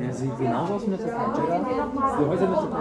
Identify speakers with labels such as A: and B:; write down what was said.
A: genau sieht genauso aus wie eine Türkei. Die Häuser in der Türkei